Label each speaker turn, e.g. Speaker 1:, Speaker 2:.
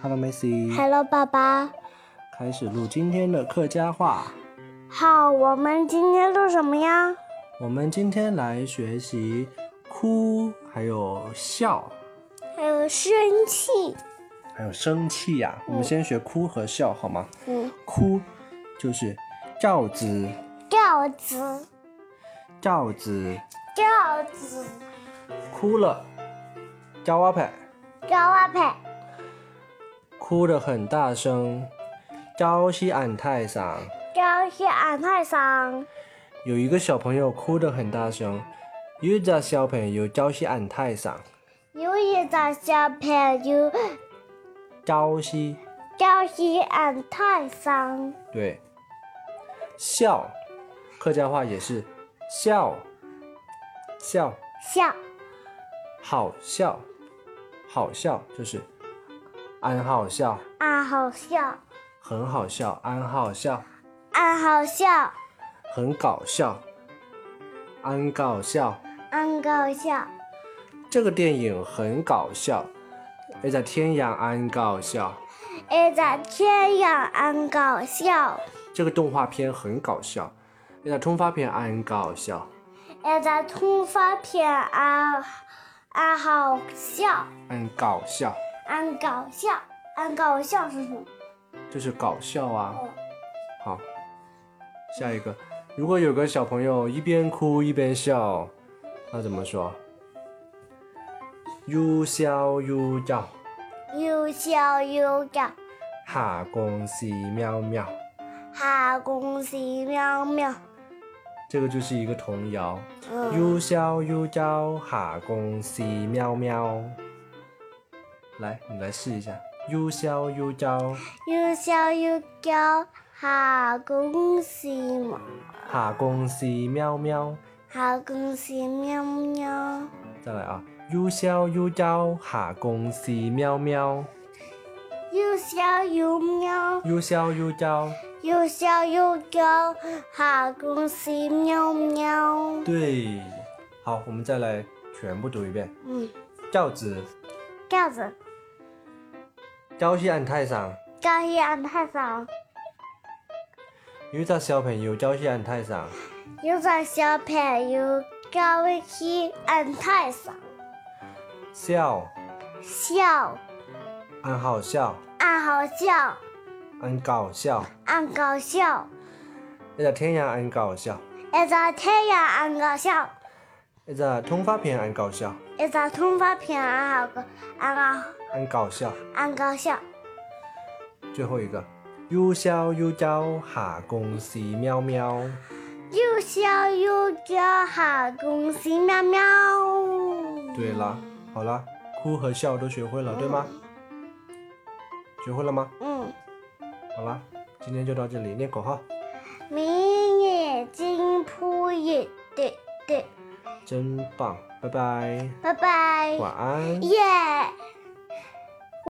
Speaker 1: Hello Macy，
Speaker 2: Hello，爸爸。
Speaker 1: 开始录今天的客家话。
Speaker 2: 好，我们今天录什么呀？
Speaker 1: 我们今天来学习哭，还有笑，
Speaker 2: 还有生气。
Speaker 1: 还有生气呀、我们先学哭和笑好吗？
Speaker 2: 嗯，
Speaker 1: 哭就是罩子，
Speaker 2: 调子，
Speaker 1: 罩子
Speaker 2: 调子，
Speaker 1: 哭了，叫阿派，
Speaker 2: 叫阿佩，
Speaker 1: 哭得很大声，朝夕俺太上。
Speaker 2: 叫是俺太上，
Speaker 1: 有一个小朋友哭得很大声，有个小朋友朝夕俺太上，
Speaker 2: 有一个小朋友
Speaker 1: 朝夕
Speaker 2: 叫是俺太上，
Speaker 1: 对，笑，客家话也是笑，笑，
Speaker 2: 笑，
Speaker 1: 好笑，好笑就是安好笑，
Speaker 2: 俺好笑，
Speaker 1: 很好笑，安好笑，
Speaker 2: 俺好笑，
Speaker 1: 很搞笑，安搞笑。
Speaker 2: 俺搞笑，
Speaker 1: 这个电影很搞笑，而在天涯安搞笑。
Speaker 2: 一在天涯俺搞笑，
Speaker 1: 这个动画片很搞笑，而在通发片安搞笑，
Speaker 2: 一在通发片俺俺好笑。
Speaker 1: 安搞笑
Speaker 2: 俺搞笑，俺搞笑是什么？
Speaker 1: 就是搞笑啊。
Speaker 2: 嗯
Speaker 1: 好，下一个，如果有个小朋友一边哭一边笑，那怎么说？又笑又叫，
Speaker 2: 又笑又叫，
Speaker 1: 哈公西喵喵，
Speaker 2: 哈公西喵喵。
Speaker 1: 这个就是一个童谣。
Speaker 2: 嗯，
Speaker 1: 又笑又叫，哈公西喵喵。来，你来试一下。又笑又叫，
Speaker 2: 又笑又叫，哈公西嘛，
Speaker 1: 哈公西喵喵。
Speaker 2: 哈公西喵喵。
Speaker 1: 再来啊！又笑又叫，哈公西喵喵。
Speaker 2: 又笑又喵，
Speaker 1: 又笑又叫，
Speaker 2: 又笑又叫，哈公西喵喵。
Speaker 1: 对，好，我们再来全部读一遍。
Speaker 2: 嗯，
Speaker 1: 教子，
Speaker 2: 这样子，
Speaker 1: 朝夕按太上，
Speaker 2: 高一俺太少。
Speaker 1: 有只小朋友朝夕按太上，
Speaker 2: 有个小朋友高一俺太少。
Speaker 1: 笑，
Speaker 2: 笑，
Speaker 1: 按好笑，
Speaker 2: 俺好笑，
Speaker 1: 按搞笑，
Speaker 2: 俺搞笑，
Speaker 1: 一只天涯按搞笑，
Speaker 2: 一个天涯俺搞笑，
Speaker 1: 一只通发片按搞笑，
Speaker 2: 一个通发片俺好搞，俺好
Speaker 1: 按搞笑。
Speaker 2: 俺搞笑，
Speaker 1: 最后一个，又笑又叫，哈公西喵喵。
Speaker 2: 又笑又叫好公西喵喵。
Speaker 1: 对了，好了，哭和笑都学会了，对吗？学会了吗？
Speaker 2: 嗯，
Speaker 1: 好了，今天就到这里，念口号。
Speaker 2: 明眼睛扑眼，对对，
Speaker 1: 真棒，拜拜，
Speaker 2: 拜拜，
Speaker 1: 晚安。
Speaker 2: 耶。